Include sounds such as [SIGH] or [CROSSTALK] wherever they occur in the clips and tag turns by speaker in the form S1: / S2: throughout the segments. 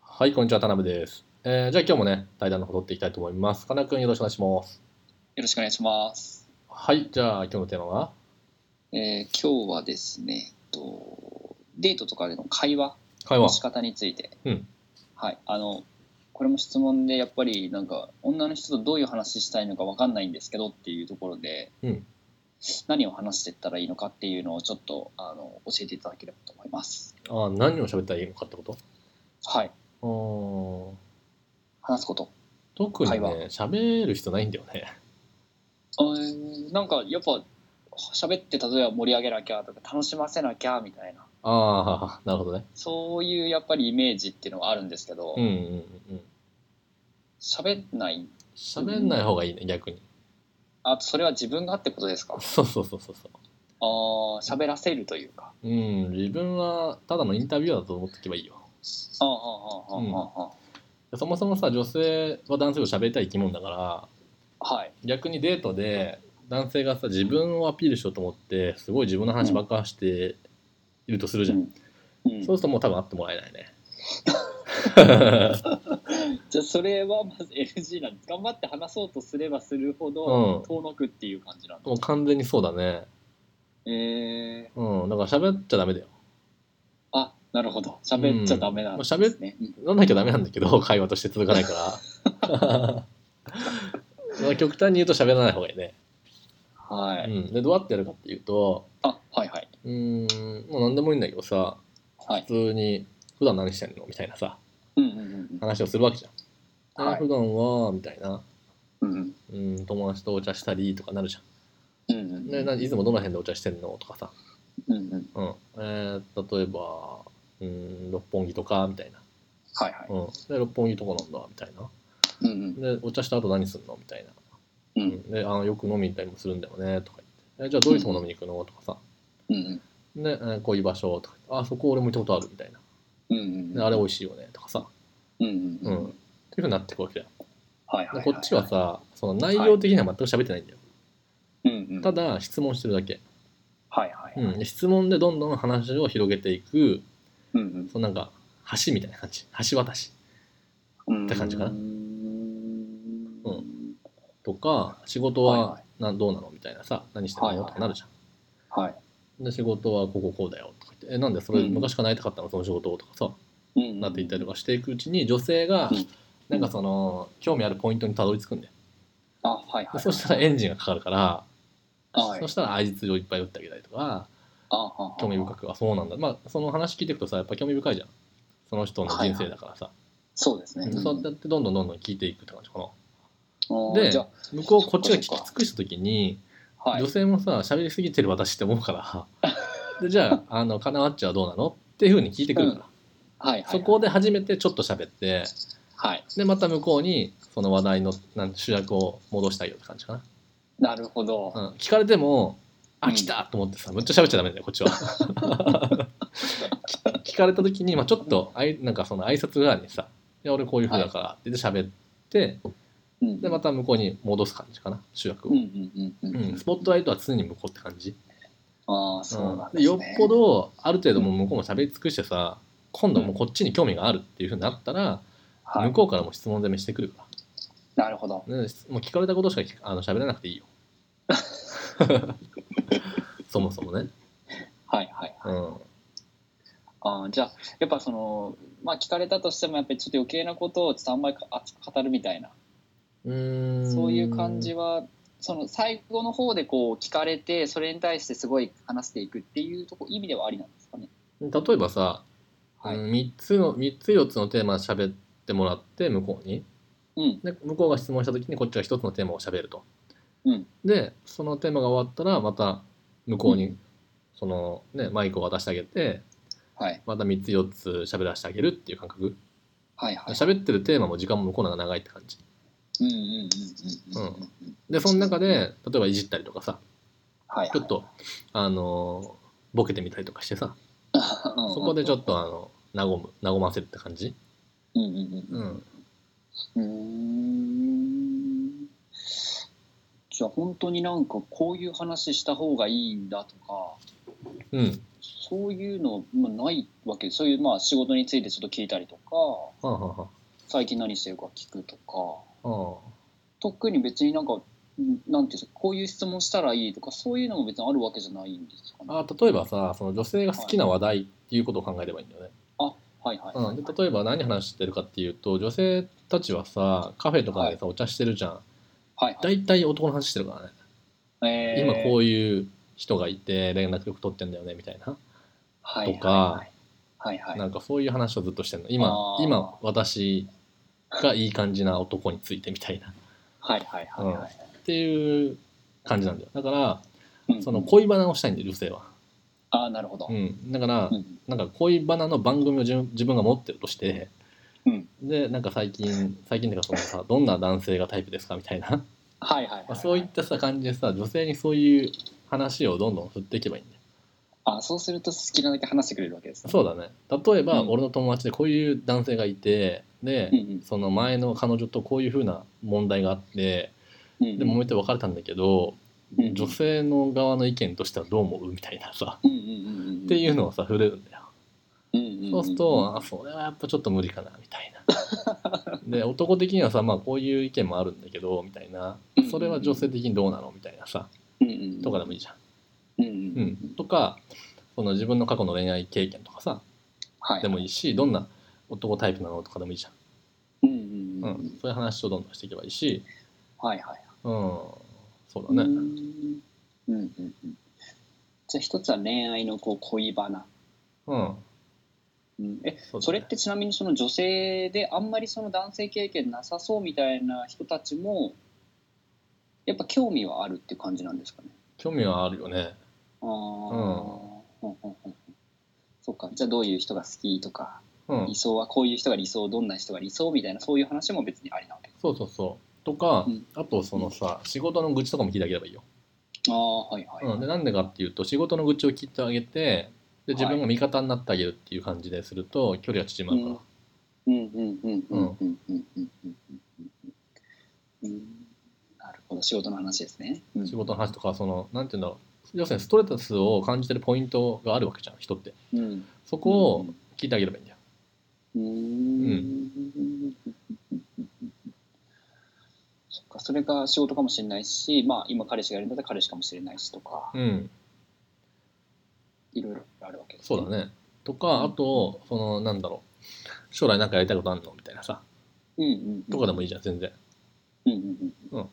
S1: はい、こんにちは、田辺です。えーじゃあ今日もね、対談の方取っていきたいと思います。金井くんよろしくお願いします。
S2: よろしくお願いします。
S1: はい、じゃあ今日のテーマは
S2: えー今日はですね、えっと、デートとかでの会話
S1: 会
S2: の
S1: 話。
S2: 仕方について、
S1: うん
S2: はい、あの、これも質問で、やっぱりなんか、女の人とどういう話したいのかわかんないんですけどっていうところで、
S1: うん
S2: 何を話していったらいいのかっていうのをちょっとあの教えていただければと思います。
S1: あー何を喋ったらいいのかってこと
S2: はい、
S1: うーん
S2: 話すこと。
S1: 特に
S2: 会話
S1: ね、喋る人ないんだよね。 [LAUGHS]
S2: うーんなんか、やっぱ、喋って例えば盛り上げなきゃとか、楽しませなきゃみたいな、
S1: ああ、なるほどね。
S2: そういうやっぱりイメージっていうのがあるんですけど、
S1: うんうんうんうん。
S2: 喋んない
S1: 喋んない方がいいね、逆に。
S2: あそれは自分がってことですか
S1: そうそうそうそうそ
S2: ああ喋らせるというか
S1: う。うん、自分はただのインタビュアーだと思っておけばいいよ。
S2: あああああああ
S1: そもそもさ、女性は男性と喋りたい生き物だから、
S2: あはい
S1: 逆にデートで男性がさ自分をアピールしようと思ってすごい自分の話ばっかしているとするじゃん、
S2: うんうん
S1: そうするともう多分会ってもらえない
S2: [LAUGHS]
S1: ね
S2: じゃあそれはまず NG なんです頑張って話そうとすればするほ
S1: うん
S2: ど遠のくっていう感じなんだ、
S1: もう完全にそうだね
S2: えー、
S1: うんだから喋っちゃダメだよ
S2: あなるほど喋っちゃダメなんです
S1: うん
S2: ね、うん
S1: なんなきゃダメなんだけど会話として続かないからまあ [LAUGHS] 極端に言うと喋らない方がいいね、
S2: は
S1: う
S2: い、
S1: ん、でどうやってやるかっていうと
S2: あはいはいう
S1: ーんもう何でもいいんだけどさ
S2: はい
S1: 普通に普段何してんのみたいなさ
S2: うんうんうん
S1: 話をするわけじゃん、え
S2: はい
S1: 普段はみたいな
S2: うんうん
S1: うん、友達とお茶したりとかなるじゃ。
S2: うんうんん
S1: で、なにいつもどの辺でお茶してんのとかさ。
S2: うんうん
S1: うん。えー例えば、うん、六本木とか、みたいな。
S2: はいはい
S1: うん。で、六本木とかなんだ、みたい
S2: うんうん
S1: な。で、お茶した後何すんのみたいな。
S2: うん
S1: うん。で、あよく飲みに行ったりもするんだよね、とか言って。えじゃあどういうとこ飲みに行くのとかさ。
S2: うん
S1: ね、えーこういう場所とか言って。あ、そこ俺も行ったことある、みたいな。
S2: うんうん
S1: で、あれ美味しいよね、とかさ。
S2: うんうん
S1: う
S2: うん
S1: ん。っていうふうになってくわけだよ。
S2: はいはい
S1: で
S2: い
S1: こっちはさ、その内容的には全く喋ってないんだよ。
S2: うんうん
S1: ただ、質問してるだけ。
S2: はいはいはい
S1: うん。で質問でどんどん話を広げていく。
S2: うんうん
S1: そうなんか橋みたいな感じ橋渡し
S2: って
S1: 感じかな
S2: うーん
S1: うとか仕事
S2: は
S1: はいなどうなのみたいなさ何してん
S2: はい
S1: の
S2: はい
S1: とかなるじゃん、
S2: はい。
S1: で仕事はこここうだよとか言ってえなんでそれ
S2: うん
S1: 昔からなりたかったのその仕事をとかさ
S2: うんうんうん
S1: なっていったりとかしていくうちに女性が
S2: うん
S1: なんかその興味あるポイントにたどり着くんだよ
S2: あ、はいは
S1: で
S2: い。
S1: そしたらエンジンがかかるから
S2: はい
S1: そしたら相槌をいっぱい打ってあげたりとか
S2: あはは
S1: 興味深くはそうなんだまあその話聞いていくとさやっぱ興味深いじゃんその人の人生だからさ、
S2: そうですね。
S1: うんそうやってどんどんどんどん聞いていくって感じかな
S2: うん
S1: で
S2: じゃ
S1: 向こうこっちが聞き尽くした時に
S2: あはい
S1: 女。性もさ喋りすぎてる私って思うから
S2: [LAUGHS]
S1: でじゃああのカナワッチはどうなのっていうふうに聞いてくるから、
S2: はいはい。
S1: そこで初めてちょっと喋って
S2: はい。
S1: でまた向こうにその話題のなん主役を戻したいよって感じか
S2: なるほど。
S1: な、うん、聞かれても「
S2: う
S1: あ
S2: ん
S1: 来た!」と思ってさむっちゃ喋っちゃダメだよこっち
S2: [LAUGHS]
S1: はき聞かれた時に、まあ、ちょっとあいなんかその挨拶側にさ「いや俺こういうふうだから」って言って喋って
S2: うん
S1: でまた向こうに戻す感じかな主役を、
S2: うんうんうんう。
S1: うんん、スポットライトは常に向こうって感じ
S2: ああ、そうなん
S1: う
S2: で
S1: んです
S2: ね。
S1: よっぽ。どある程度もう向こうも喋り尽くしてさ今度はもうこっちに興味があるっていうふうになったら、
S2: はい
S1: 向。こうからも質問攻めしてくるか
S2: なるほど。
S1: ら、ね、もう聞かれたことしか聞かあの喋らなく
S2: [LAUGHS]
S1: ていいよそもそもね、
S2: はいはい。
S1: うん、
S2: あーじゃあ、やっぱその、まあ聞かれたとしても、やっぱりちょっと余計なことをちょっとあんまり熱く語るみたいな、
S1: うーん
S2: そういう感じは、その最後の方でこう聞かれて、それに対してすごい話していくっていうとこ意味ではありなんですかね。
S1: 例えばさ、
S2: はい。うん
S1: 3つの三つ4つのテーマ喋ってもらって向こうに。
S2: うん
S1: で向こうが質問した時にこっちが1つのテーマを喋ると、
S2: うん
S1: でそのテーマが終わったらまた向こうに、そのねマイクを渡してあげて
S2: はい。
S1: また3つ4つ喋らせてあげるっていう感覚
S2: はいはい。
S1: 喋ってるテーマも時間も向こうの方が長いって感じ
S2: うんうんうんうんうんうん。
S1: でその中で例えばいじったりとかさ
S2: はいはい。
S1: ちょっとあのーボケてみたりとかしてさそこでちょっとあの和む和ませるって感じ
S2: うんうん
S1: う
S2: うん
S1: ん
S2: うん。うーんじゃあ本当になんかこういう話した方がいいんだとか
S1: うん
S2: そういうのまあないわけそういうまあ仕事についてちょっと聞いたりとか
S1: はあ、は
S2: 最近何してるか聞くとか
S1: あは
S2: 特に別になんかんなんていうんですかこういう質問したらいいとかそういうのも別にあるわけじゃないんですかね。
S1: ああ例えばさその女性が好きな話題っていうことを考えればいいんだよね、
S2: はいはい、
S1: うん、で例えば何話してるかっていうと女性たちはさカフェとかでさお茶してるじゃん
S2: はいはい
S1: 大体男の話してるからね
S2: えー
S1: 今こういう人がいて連絡よく取ってんだよねみたいな
S2: はいはい
S1: とか
S2: はいはい
S1: なんかそういう話をずっとしてるの今
S2: あー
S1: 今私がいい感じな男についてみたいな
S2: はいはいはいは
S1: っていう感じなんだよだから
S2: いうん
S1: その恋バナをしたいんだよ女性は、
S2: ああなるほど
S1: う。ん、だから
S2: うん
S1: なんか恋バナの番組を自分自分が持ってるとして
S2: うん
S1: でなんか最近最近っていうかそのさどんな男性がタイプですかみたいな、
S2: はいはいはい
S1: ま
S2: は
S1: あ、
S2: い。
S1: そういったさ感じでさ女性にそういう話をどんどん振っていけばいいんだよ
S2: あそうすると好きなだけ話してくれるわけですね。
S1: そうだね例えば
S2: うん
S1: 俺の友達でこういう男性がいてで、
S2: うん
S1: その前の彼女とこういうふうな問題があって
S2: うんうん
S1: で揉めて別れたんだけど、
S2: うん
S1: 女性の側の意見としてはどう思うみたいなさ、
S2: うんうんうんうん
S1: っていうのをさ触れるんだよ
S2: うんうんうん
S1: そうすると、あそれはやっぱちょっと無理かなみたい
S2: [LAUGHS]
S1: なで男的にはさまあこういう意見もあるんだけどみたいな
S2: うん
S1: それは女性的にどうなのみたいなさ
S2: うんうんうん
S1: とかでもいいじゃん、
S2: うんう
S1: うんん、とかその自分の過去の恋愛経験とかさ
S2: はい
S1: でもいいしどんな男タイプなのとかでもいいじゃん
S2: うんうんう
S1: うんん、そういう話をどんどんしていけばいいし、
S2: はいはい
S1: うん、そう
S2: う
S1: だね。
S2: ーんうんうんうんじゃあ一つは恋愛のこう恋バナ、
S1: うん、
S2: うん、え
S1: そうだね
S2: それってちなみにその女性であんまりその男性経験なさそうみたいな人たちもやっぱ興味はあるっていう感じなんですかね
S1: 興味はあるよね。
S2: ああ、うんうんうんうん、そっかじゃあどういう人が好きとか
S1: うん
S2: 理、想はこういう人が理想どんな人が理想みたいなそういう話も別にありなわけ
S1: そうそうそう。とか、
S2: うん
S1: あとそのさ、仕事の愚痴とかも聞いてあげればいいよ。
S2: ああはいはい、
S1: うん、でなんでかっていうと仕事の愚痴を聞いてあげてで自分が味方になってあげるっていう感じですると距離が縮まるから。
S2: うんうんうんうんうんうんうんうんうんうんなるほど仕事の話ですね。うん
S1: 仕事の話とかそのなんていうんだろう要するにストレスを感じてるポイントがあるわけじゃん人って
S2: うん
S1: そこを聞いてあげればいいんだよ、
S2: うーんそっかそれが仕事かもしれないし、まあ、今彼氏がいるんだったら彼氏かもしれないしとか
S1: うん、
S2: いろいろあるわけです、
S1: そうだねとかあとそのなんだろう将来なんかやりたいことあんのみたいなさ
S2: うんうん
S1: とかでもいいじゃん全然
S2: うんうんう
S1: うん
S2: ん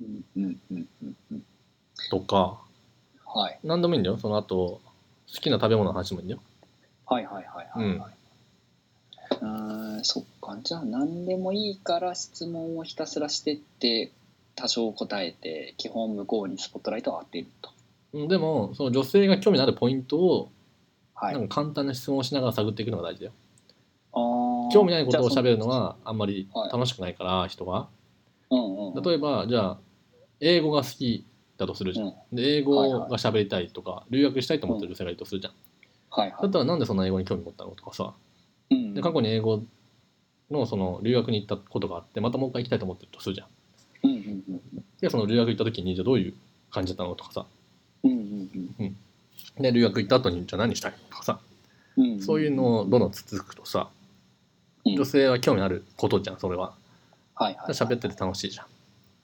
S2: うんうんうんうんうん
S1: とか
S2: はい
S1: 何でもいいんだよその後好きな食べ物の話もいいんだよ
S2: はいはいはいはいはい、うーん、そっかじゃあ何でもいいから質問をひたすらしてって多少答えて基本向こうにスポットライトを当てると
S1: うんでもその女性が興味のあるポイントを
S2: はい
S1: なんか簡単な質問をしながら探っていくのが大事だよ興
S2: 興
S1: 味ないことを喋るのはあんまり楽しくないから人が
S2: うんうん、
S1: 例えばじゃあ英語が好きだとするじゃんで英
S2: はい
S1: 語
S2: はい
S1: が喋りたいとか留学したいと思ってる女性がいるとするじゃん
S2: はいは
S1: だ
S2: い
S1: ったらなんでそんな英語に興味持ったのとかさ
S2: うん
S1: で過去に英語のその留学に行ったことがあってまたもう一回行きたいと思ってるとするじゃん
S2: うんうんうん
S1: でその留学行った時にじゃあどういう感じだったのとかさ
S2: うんうん
S1: で留学行った後にじゃあ何したいのとかさ
S2: うんうん
S1: そういうのをどんどんつつくとさ
S2: うん
S1: 女性は興味あることじゃんそれは
S2: はいはい
S1: 喋ってて楽しいじゃんっ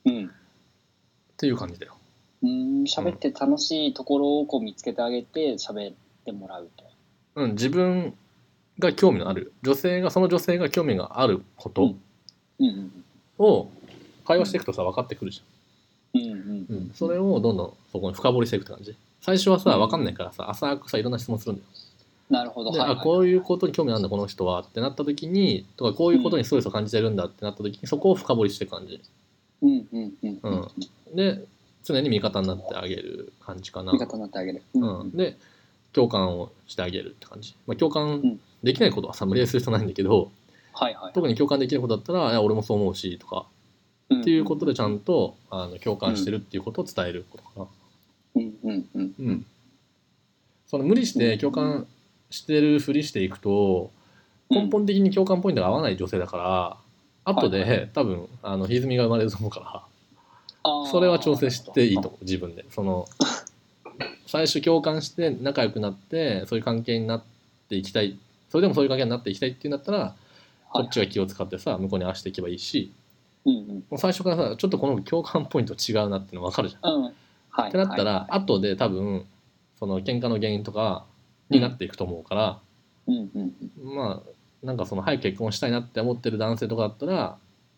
S2: うん
S1: ていう感じだよ
S2: うん喋って楽しいところをこう見つけてあげて喋ってもらうと
S1: うん、自分が興味のある女性がその女性が興味があるこ
S2: う
S1: と
S2: んうんうん
S1: を会話していくとさ分かってくるじ
S2: うんうん
S1: ゃん、それをどんどんそこに深掘りしていくって感じ最初はさ分かんないからさ浅くさいろんな質問するんだよ
S2: なるほど
S1: で、
S2: はいはい
S1: あこういうことに興味あるんだこの人はってなった時にとかこういうことにストレスを感じてるんだってなった時にそこを深掘りしていく感じ
S2: うんうんうん
S1: うんで常に味方になってあげる感じかな
S2: 味方になってあげるう
S1: うん、で共感をしてあげるって感じ、まあ、共感
S2: ん
S1: できないことはさ無理やりする人ないんだけど、
S2: はいはい
S1: 特に共感できることだったら「いや俺もそう思うし」とか
S2: っ
S1: っていうことでちゃんとあの共感してるっていうことを伝えることかな。
S2: うんうんうん
S1: うん、その無理して共感してるふりしていくと根本的に共感ポイントが合わない女性だから後
S2: はいは
S1: で多分あの歪みが生まれると思うから
S2: あー
S1: それは調整していいと思う自分でその最初共感して仲良くなってそういう関係になっていきたいそれでもそういう関係になっていきたいっていうんだったらこっちが気を使ってさ向こうに合わせていけばいいし
S2: うんうん
S1: もう最初からさちょっとこの共感ポイント違うなっての分かるじゃん。
S2: うんはい
S1: ってなったら
S2: はい
S1: 後で多分その喧嘩の原因とかになっていくと思うから、
S2: うんうん
S1: まあなんかその早く結婚したいなって思ってる男性とかだったら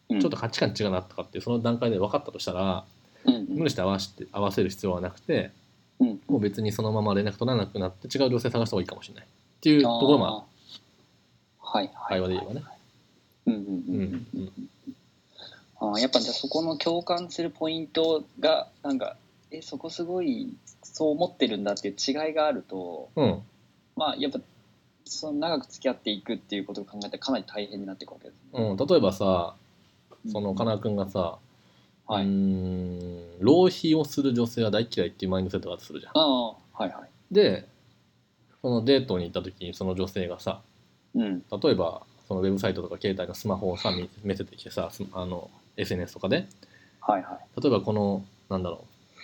S2: うん
S1: ちょっと価値観違うなとかってその段階で分かったとしたら
S2: うんうん
S1: 無理して合わせて合わせる必要はなくて
S2: うん
S1: もう別にそのまま連絡取らなくなって違う女性探した方がいいかもしれないっていうところも
S2: あーはいはい
S1: 会話
S2: は
S1: で
S2: い
S1: 言えばね。
S2: うんうん
S1: う
S2: うんん
S1: う
S2: うん
S1: ん
S2: あーやっぱじゃあそこの共感するポイントがなんかえそこすごいそう思ってるんだっていう違いがあると
S1: うん
S2: まあやっぱその長く付き合っていくっていうことを考えたらかなり大変になっていくわけですね。
S1: うん、例えばさその
S2: うん
S1: かなくんがさ、
S2: は
S1: ー
S2: いう
S1: ん浪費をする女性は大嫌いっていうマインドセットがあるとするじゃん。
S2: ああはいはい。
S1: でそのデートに行った時にその女性がさ
S2: うん
S1: 例えばそのウェブサイトとか携帯のスマホをさ見見せてきてさすあの SNS とかで
S2: はいはい。
S1: 例えばこのなんだろ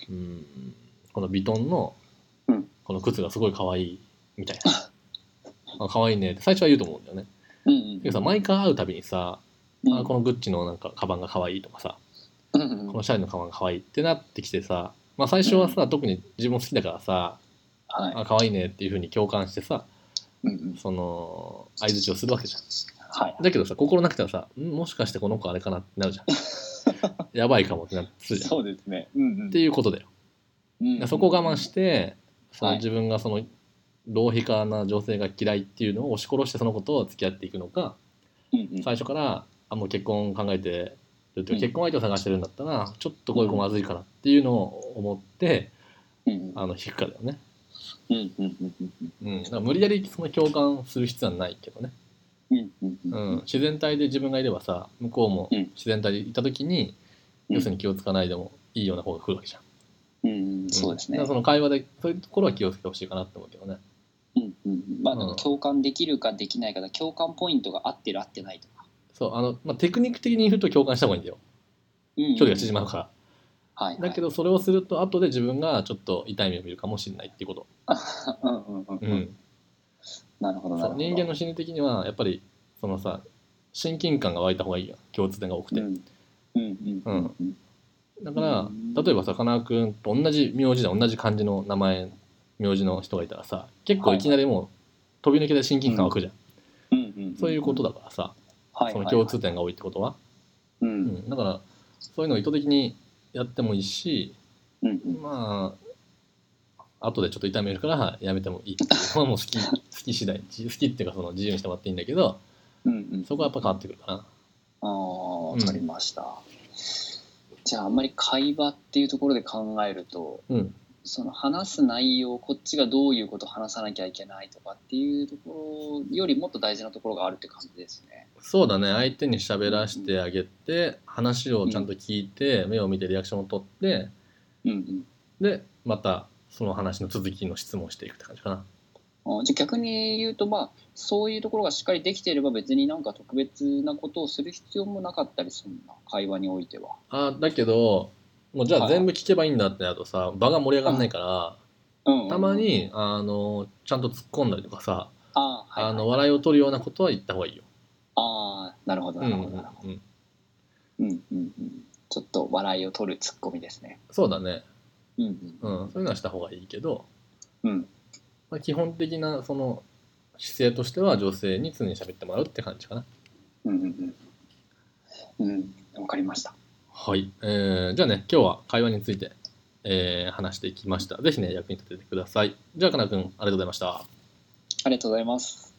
S1: ううーんこのヴィトンの
S2: うん
S1: この靴がすごい可愛いみたいな [LAUGHS] あ可愛いねって最初は言うと思うんだよね。
S2: うん
S1: だけどさ毎回会うたびにさ、
S2: うん
S1: あこのグッチのなんかカバンが可愛いとかさ
S2: うんうん
S1: このシャレのカバンが可愛いってなってきてさ、まあ、最初はさ、特に自分好きだからさ、
S2: はい
S1: あ可愛いねっていうふうに共感してさ
S2: うんうん
S1: その相づちをするわけじゃん
S2: はい
S1: だけどさ心なくてはさんもしかしてこの子あれかなってなるじゃ
S2: [LAUGHS]
S1: んやばいかもってなってするじゃんっ
S2: そうですね。うんうん
S1: ていうことだよ
S2: うんうん
S1: そこを我慢してその
S2: はい
S1: 自分がその浪費家な女性が嫌いっていうのを押し殺してその子と付き合っていくのか
S2: うんうん
S1: 最初からあもう結婚考えてるっていう
S2: うん
S1: 結婚相手を探してるんだったらちょっとこういう子まずいかなっていうのを思って
S2: うん
S1: あの引くかだよね、
S2: うんうんうんうん
S1: うん、だから無理やりその共感する必要はないけどね
S2: うんうんうん
S1: うん、自然体で自分がいればさ向こうも
S2: うん
S1: 自然体でいた時に、要するに気をつかないでもいいような方が来るわけじゃん、
S2: うんうんそうですね。
S1: だからその会話でそういうところは気をつけてほしいかなって思うけどね
S2: うんうんまあ、で
S1: うん
S2: も共感できるかできないかだ共感ポイントが合ってる合ってないとか、
S1: そうあの、まあ、テクニック的に言うと共感した方がいいんだよ
S2: うんうん
S1: 距離が縮まるから、
S2: はいはい、
S1: だけどそれをすると後で自分がちょっと痛い目を見るかもしれないっていうこと、
S2: うんうんうん
S1: う
S2: うんんなるほどな
S1: そ
S2: る
S1: う
S2: ほど
S1: 人間の心理的にはやっぱりそのさ親近感が湧いた方がいいよ共通点が多くて、
S2: うんうんうんうんうん
S1: だから
S2: うん
S1: 例えばさかなくんと同じ名字で同じ漢字の名前名字の人がいたらさ結構いきなりもう飛び抜けて親近感湧くじゃん、
S2: うんうん
S1: そういうことだからさ、
S2: はい
S1: その
S2: はいはい
S1: 共通点が多いってことは、
S2: うん
S1: うん、だからそういうのを意図的にやってもいいし
S2: うんうん
S1: まあ後でちょっと痛みるからやめてもいいっていうのはもう
S2: [LAUGHS]
S1: 好き好き次第好きっていうかその自由にしてもらっていいんだけど
S2: うんうん
S1: そこはやっぱ変わってくるかな
S2: ああわかりました、じゃああんまり会話っていうところで考えると
S1: うん
S2: その話す内容こっちがどういうことを話さなきゃいけないとかっていうところよりもっと大事なところがあるって感じですね
S1: そうだね相手に喋らせてあげて話をちゃんと聞いて目を見てリアクションを取って
S2: うん
S1: でまたその話の続きの質問をしていくって感じかな
S2: うんあじゃあ逆に言うとまあそういうところがしっかりできていれば別になんか特別なことをする必要もなかったりするんだ会話においては
S1: あだけどもうじゃあ
S2: はい
S1: 全部聞けばいいんだってなるとさ場が盛り上がらないから
S2: うんうん
S1: たまにあのちゃんと突っ込んだりとかさ
S2: あー、はいはい、
S1: あの笑いを取るようなことは言った方がいいよ。
S2: あーなるほど
S1: う
S2: なんる
S1: う
S2: ほど
S1: ん
S2: なるほど
S1: うん
S2: うんうんうんちょっと笑いを取るツッコミですね
S1: そうだね、
S2: うん
S1: うん、そういうのはした方がいいけど、
S2: うんうん
S1: まあ、基本的なその姿勢としては女性に常に喋ってもらうって感じかな。
S2: うんうんうんうんわかりました
S1: はい、えーじゃあね今日は会話について、えー話していきました。ぜひね役に立ててください。じゃあかなくんありがとうございました。
S2: ありがとうございます